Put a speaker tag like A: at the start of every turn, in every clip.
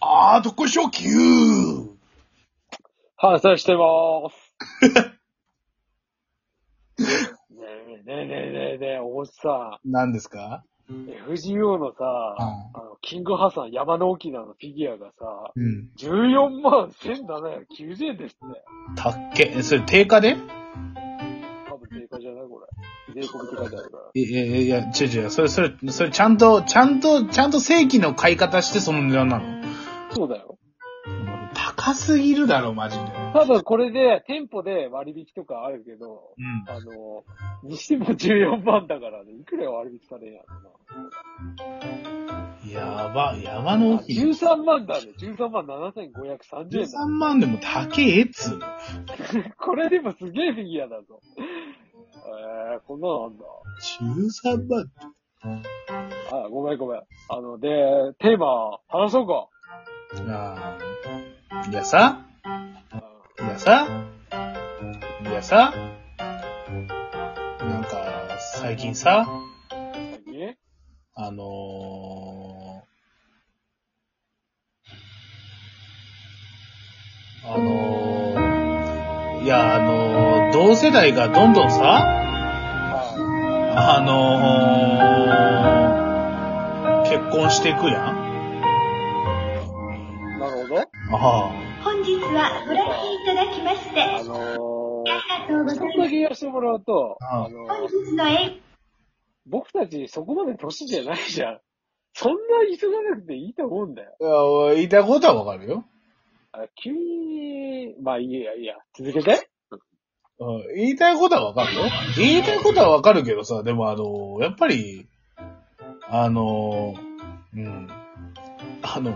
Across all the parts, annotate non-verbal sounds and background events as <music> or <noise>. A: あとこしょきゅー
B: 反省してまーす。ねえねえねえねえねえ、おっさ、
A: 何ですか
B: FGO のさ、あの、キングハサン山の沖縄のフィギュアがさ、
A: うん。
B: 14万1790円ですね。
A: たっけ、えそれ定価で
B: 多分定価じゃないこれ。税込みって書いてあるから。
A: いやいやいや、違う違う。それ、それ、それちゃんと、ちゃんと、ちゃんと正規の買い方してその値段なの
B: そうだよ。
A: 高すぎるだろ、マジで。
B: 多分これで、店舗で割引とかあるけど、
A: うん。
B: あの、にしても14万だからね、いくら割引されんやろな。
A: やば、山の沖縄。
B: 13万だね。13万7530円だ。
A: 13万でも高えっつうの
B: これでもすげえフィギュアだぞ。えー、こんなのあんだ。
A: 13万
B: あ、ごめんごめん。あの、で、テーマ、話そうか。
A: ああ。いやさ、
B: うん
A: いやさ、いやさ、なんか、最近さ、
B: 最近
A: あのー、あのー、いや、あのー、同世代がどんどんさ、
B: は
A: あのー、結婚していくやん。
B: い。なるほど。
A: あ
C: 本日はご来店いただきまして、
B: あ
C: あ
B: の
C: りがとうご
B: ー、
C: ざ
B: そんだ
C: います。
B: け言わせてもらうと、
A: ああ
B: あの
C: 本
B: ー、
C: 日のえ、
B: 僕たちそこまで年じゃないじゃん。そんな急がなくていいと思うんだよ。
A: あ。いや、俺言いたいことはわかるよ。
B: あ君、まあいいや、いいや、続けて。
A: うん言いたいことはわかるよ。言いたいことはわかるけどさ、でもあの、やっぱり、あの、うん。あの、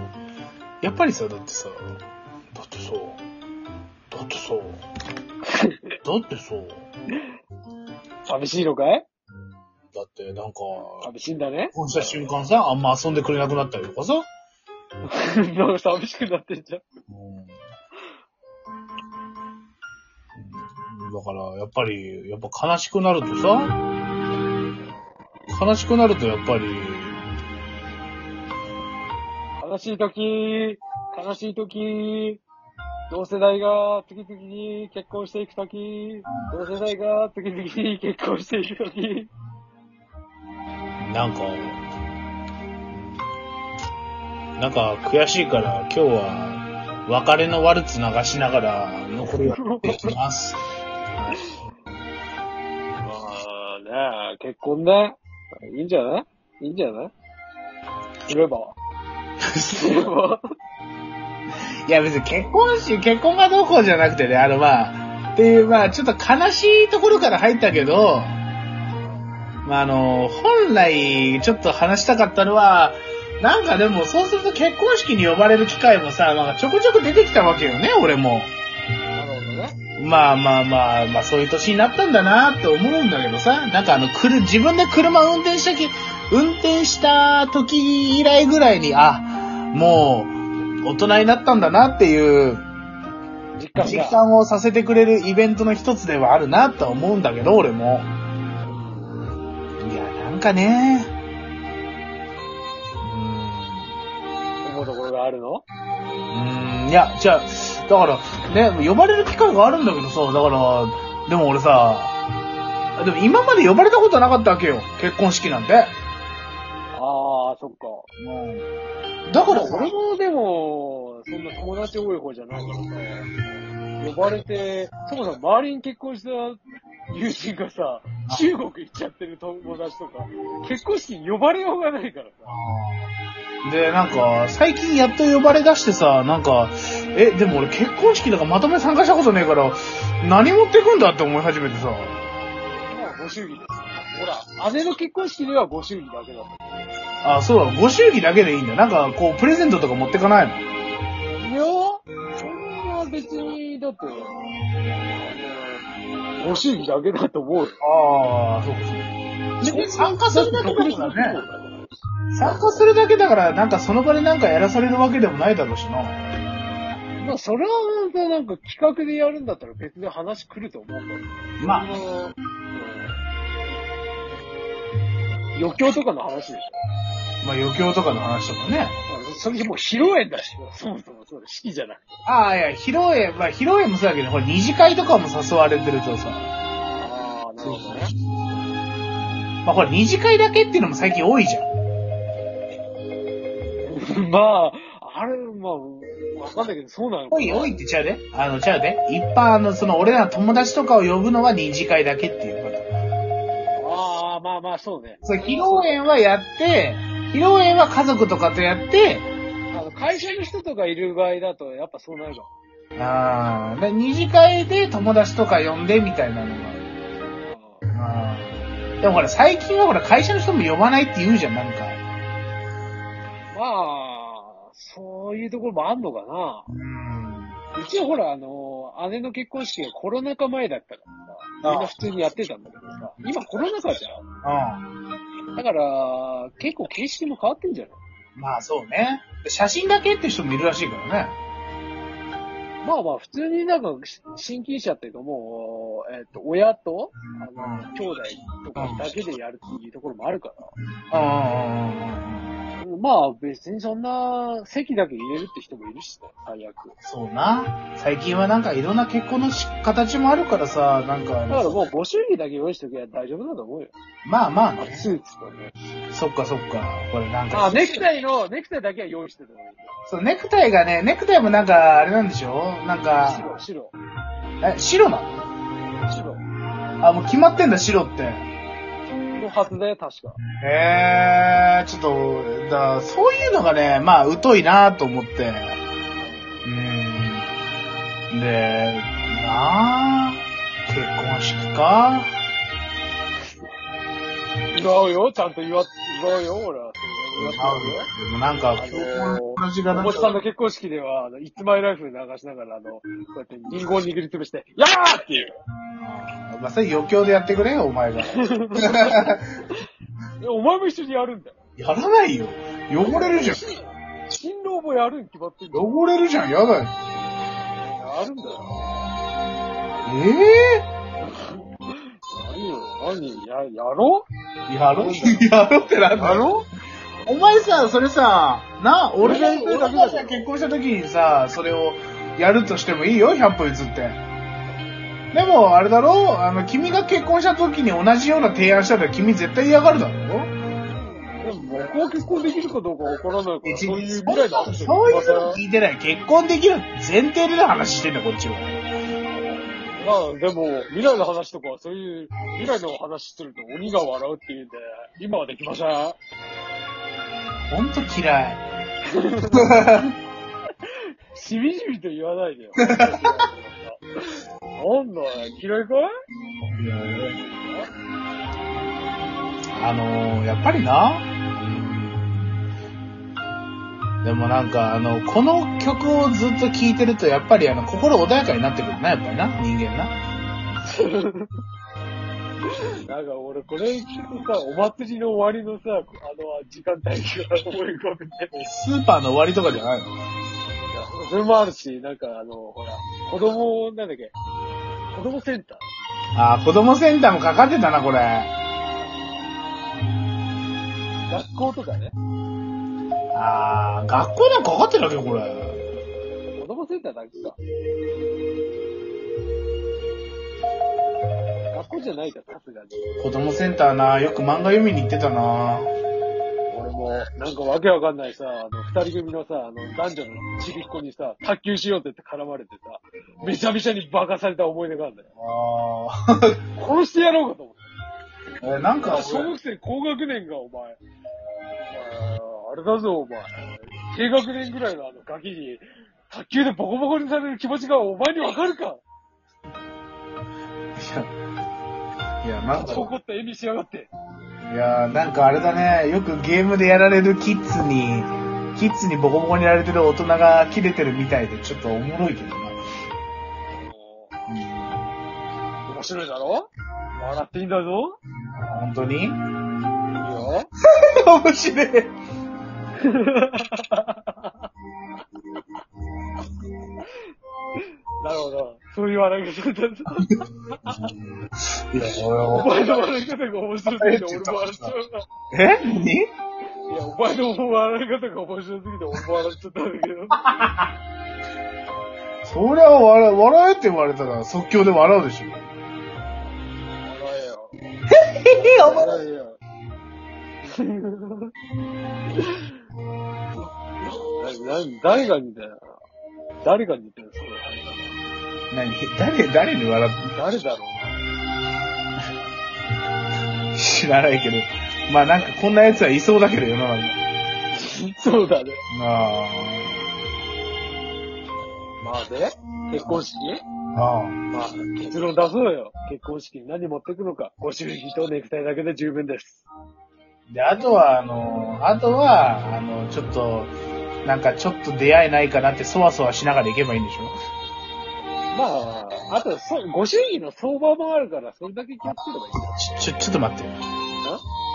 A: やっぱりさ、だってさ、だってさ、だってさ、だってさ、
B: 寂しいのかい
A: だってなんか、
B: 寂しいんだね。 <laughs>
A: こうした瞬間さ、あんま遊んでくれなくなったりとかさ、
B: なんか寂しくなってんじゃん。
A: うんだから、やっぱり、やっぱ悲しくなるとさ、悲しくなるとやっぱり、
B: 悲しい時、悲しい時、同世代が次々に結婚していく時、同世代が次々に結婚していく時、
A: なんか、なんか悔しいから今日は別れのワルツ流しながら残りをやっていきます。
B: まあね、結婚ね、いいんじゃないいいんじゃないすれ
A: <laughs>
B: ば。すれば。
A: いや別に結婚し、結婚がどうこうじゃなくてね、あのまあ、っていうまあちょっと悲しいところから入ったけど、まああの、本来ちょっと話したかったのは、なんかでもそうすると結婚式に呼ばれる機会もさ、なんかちょこちょこ出てきたわけよね、俺も。
B: なるほどね。
A: まあまあまあ、まあそういう年になったんだなって思うんだけどさ、なんかあの、くる、自分で車運転したき、運転した時以来ぐらいに、あ、もう、大人になったんだなっていう、
B: 実感
A: 実
B: が。
A: 感をさせてくれるイベントの一つではあるなとは思うんだけど、俺も。いや、なんかね、
B: 思うところがあるの
A: うーん、いや、じゃあ、だから、ね、呼ばれる機会があるんだけどさ、だから、でも俺さ、でも今まで呼ばれたことなかったわけよ、結婚式なんて。
B: ああ、そっか。
A: うん。だから
B: 俺
A: 俺、
B: もでも、そんな友達多い方じゃないからさ、呼ばれて、そもそも周りに結婚した友人がさ、中国行っちゃってる友達とか、結婚式に呼ばれようがないからさ。
A: で、なんか、最近やっと呼ばれ出してさ、なんか、え、でも俺結婚式だからまとめ参加したことねえから、何持ってくんだって思い始めてさ。
B: まあ、ご祝儀です。ほら、姉の結婚式ではご祝儀だけだった。
A: あ、そうだ、ご祝儀だけでいいんだ。なんか、こう、プレゼントとか持ってかないの
B: いやそんな別に、だって、あのご祝儀だけだと思うよ。
A: ああ、そうかそうか。参加するだけだからね。参加するだけだから、なんかその場でなんかやらされるわけでもないだろうしな。
B: まあ、それは本当なんか企画でやるんだったら別に話来ると思うんだけど。
A: まあ、
B: の、余興とかの話でし
A: まあ余興とかの話とかね。
B: ょ。その日もう披露宴だし、そもそもそうだ、式じゃなくて。
A: ああ、いや、披露宴、まあ、披露宴もそうだけど、ほら、二次会とかも誘われてるとさ、
B: ああ、なるほどね。
A: まあ、ほら、二次会だけっていうのも最近多いじゃん。
B: まあ、あれ、まあ、わかんないけど、そうなのか
A: おいおいってちゃうで。あの、ちゃうで。一般、あの、その、俺らの友達とかを呼ぶのは二次会だけっていうこと。
B: ああ、まあまあ、そうね。
A: そう、披露宴はやって、披露宴は家族とかとやって、
B: あの、会社の人とかいる場合だと、やっぱそうなるかも。
A: ああ、で二次会で友達とか呼んでみたいなのが。あーでもほら、最近はほら、会社の人も呼ばないって言うじゃん、なんか。
B: まあ、そういうところもあんのかな。
A: うん。
B: うちはほら、あの、姉の結婚式がコロナ禍前だったからさ、みんな普通にやってたんだけどさ、今コロナ禍じゃん。
A: う
B: だから、結構形式も変わってんじゃない
A: ん。まあそうね。写真だけって人もいるらしいからね。
B: まあまあ、普通になんか、し新規者っていうかもう、えっ、と、親と、あの、兄弟とかだけでやるっていうところもあるから。
A: うん。
B: まあ別にそんな席だけ入れるって人もいるしね、最悪。
A: そうな。最近はなんかいろんな結婚のし形もあるからさ、なんか、
B: だからもうご祝儀だけ用意しときゃ大丈夫だと思うよ。
A: まあまあね。
B: スーツとね。
A: そっかそっか。これなんか。
B: あ、ネクタイの、ネクタイだけは用意してたのいい
A: そう、ネクタイがね、ネクタイもなんか、あれなんでしょなん
B: 白、
A: か、
B: 白、
A: え、白なの
B: 白
A: あ、もう決まってんだ、白って。
B: のはずだよ、確か。
A: えー、ちょっと、だそういうのがね、まあ、疎いなと思って。うん。で、なあ結婚式か
B: 祝うよ、ちゃんと祝っ、祝うよ、俺は。祝
A: でもなんか、
B: あのー
A: 友達
B: って
A: が
B: よ。
A: な
B: お
A: ん
B: もちさん
A: か、
B: の結婚式では、あの、いつまいライフ流しながら、あの、こうやってリンゴを握りつぶして、やーっていう。
A: まあ、それ余興でやってくれよ、お <laughs> 前が。
B: いやお前も一緒にやるんだよ。
A: やらないよ。汚れるじゃん。
B: 新郎もやるに決まってんだよ。
A: 汚れるじゃん、やだよ。
B: やるんだよ。
A: え
B: やるよ。何や、やろう
A: えー、 <laughs> やろやろってなんだ
B: や
A: よ
B: ろ
A: お前さ、それさ、な、俺が
B: 俺が
A: 俺がさ、結婚した時にさ、それをやるとしてもいいよ、100歩譲って。でも、あれだろあの、君が結婚した時に同じような提案したら君絶対嫌がるだろ
B: うでも、僕は結婚できるかどうかわからないから、そういうぐらいだ
A: そうそういうの聞いてない。結婚できる前提での話してんだよ、こっちは。
B: まあ、でも、未来の話とか、そういう、未来の話すると鬼が笑うっていうんで、今はできません。
A: ほんと <laughs> 嫌い。
B: しみじみと言わない
A: <laughs>
B: でよ。なんだ、嫌いかい
A: あのー、やっぱりな。でもなんか、あの、この曲をずっと聴いてると、やっぱりあの、心穏やかになってくるな、やっぱりな、人間な。
B: なんか俺、これ聞くとさ、お祭りの終わりのさ、あの、時間帯が思い浮かべて。
A: スーパーの終わりとかじゃないの
B: それもあるし、なんかあの、ほら、子供、なんだっけ、子供センター
A: あー、子供センターもかかってたな、これ。
B: 学校とかね。
A: あー、学校なんかかかってるわけよ、これ。
B: 子供センターだけか。学校じゃないか、さすがに。
A: 子供センターな、よく漫画読みに行ってたな。
B: 俺も、なんかわけわかんないさ、あの、二人組のさ、あの、男女のちびっ子にさ、卓球しようって言って絡まれてさ、めちゃめちゃにバカされた思い出があるんだよ。
A: あー、 <laughs>
B: 殺してやろうかと思って。
A: えーなんか、
B: 小学生高学年がお前、お前あれだぞお前、低学年ぐらいのあのガキに、卓球でボコボコにされる気持ちがお前にわかるか
A: いや、なんか。
B: 怒った絵にしやがって。
A: いやーなんかあれだね、よくゲームでやられるキッズに、キッズにボコボコにやられてる大人が切れてるみたいで、ちょっとおもろいけどな。うん
B: 面白いだろ笑っていいんだぞ
A: 本当に
B: いいよ。
A: 面白い。
B: なるほど。そういう笑い方だぞ。
A: いや、俺
B: お
A: も。
B: 前の笑い方が面白すぎて俺も笑っちゃうな。
A: え何
B: いや、お前の笑い方が面白すぎて、お前笑っちゃったんだけど。
A: そりゃ笑、笑えって言われたら即興で笑うでしょ。
B: 笑えよ。
A: ええ、
B: 笑えよ。な、な、誰が似てる誰が似てるんです
A: 何誰、誰に笑っ
B: 誰だろ
A: て知らないけど。まあなんかこんな奴はいそうだけど世の中に。
B: うな。そうだね。
A: あ
B: まあで、結婚式
A: あ。ああ。
B: まあ、結論出そうよ。結婚式に何持ってくのか。ご祝儀とネクタイだけで十分です。
A: で、あとは、あの、あとは、あの、ちょっと、なんかちょっと出会えないかなってそわそわしながら行けばいいんでしょ
B: まあ、あと、そう、ご祝儀の相場もあるから、それだけ気をつければいいんだよ。
A: ちょ、ちょ、ちょっと待って。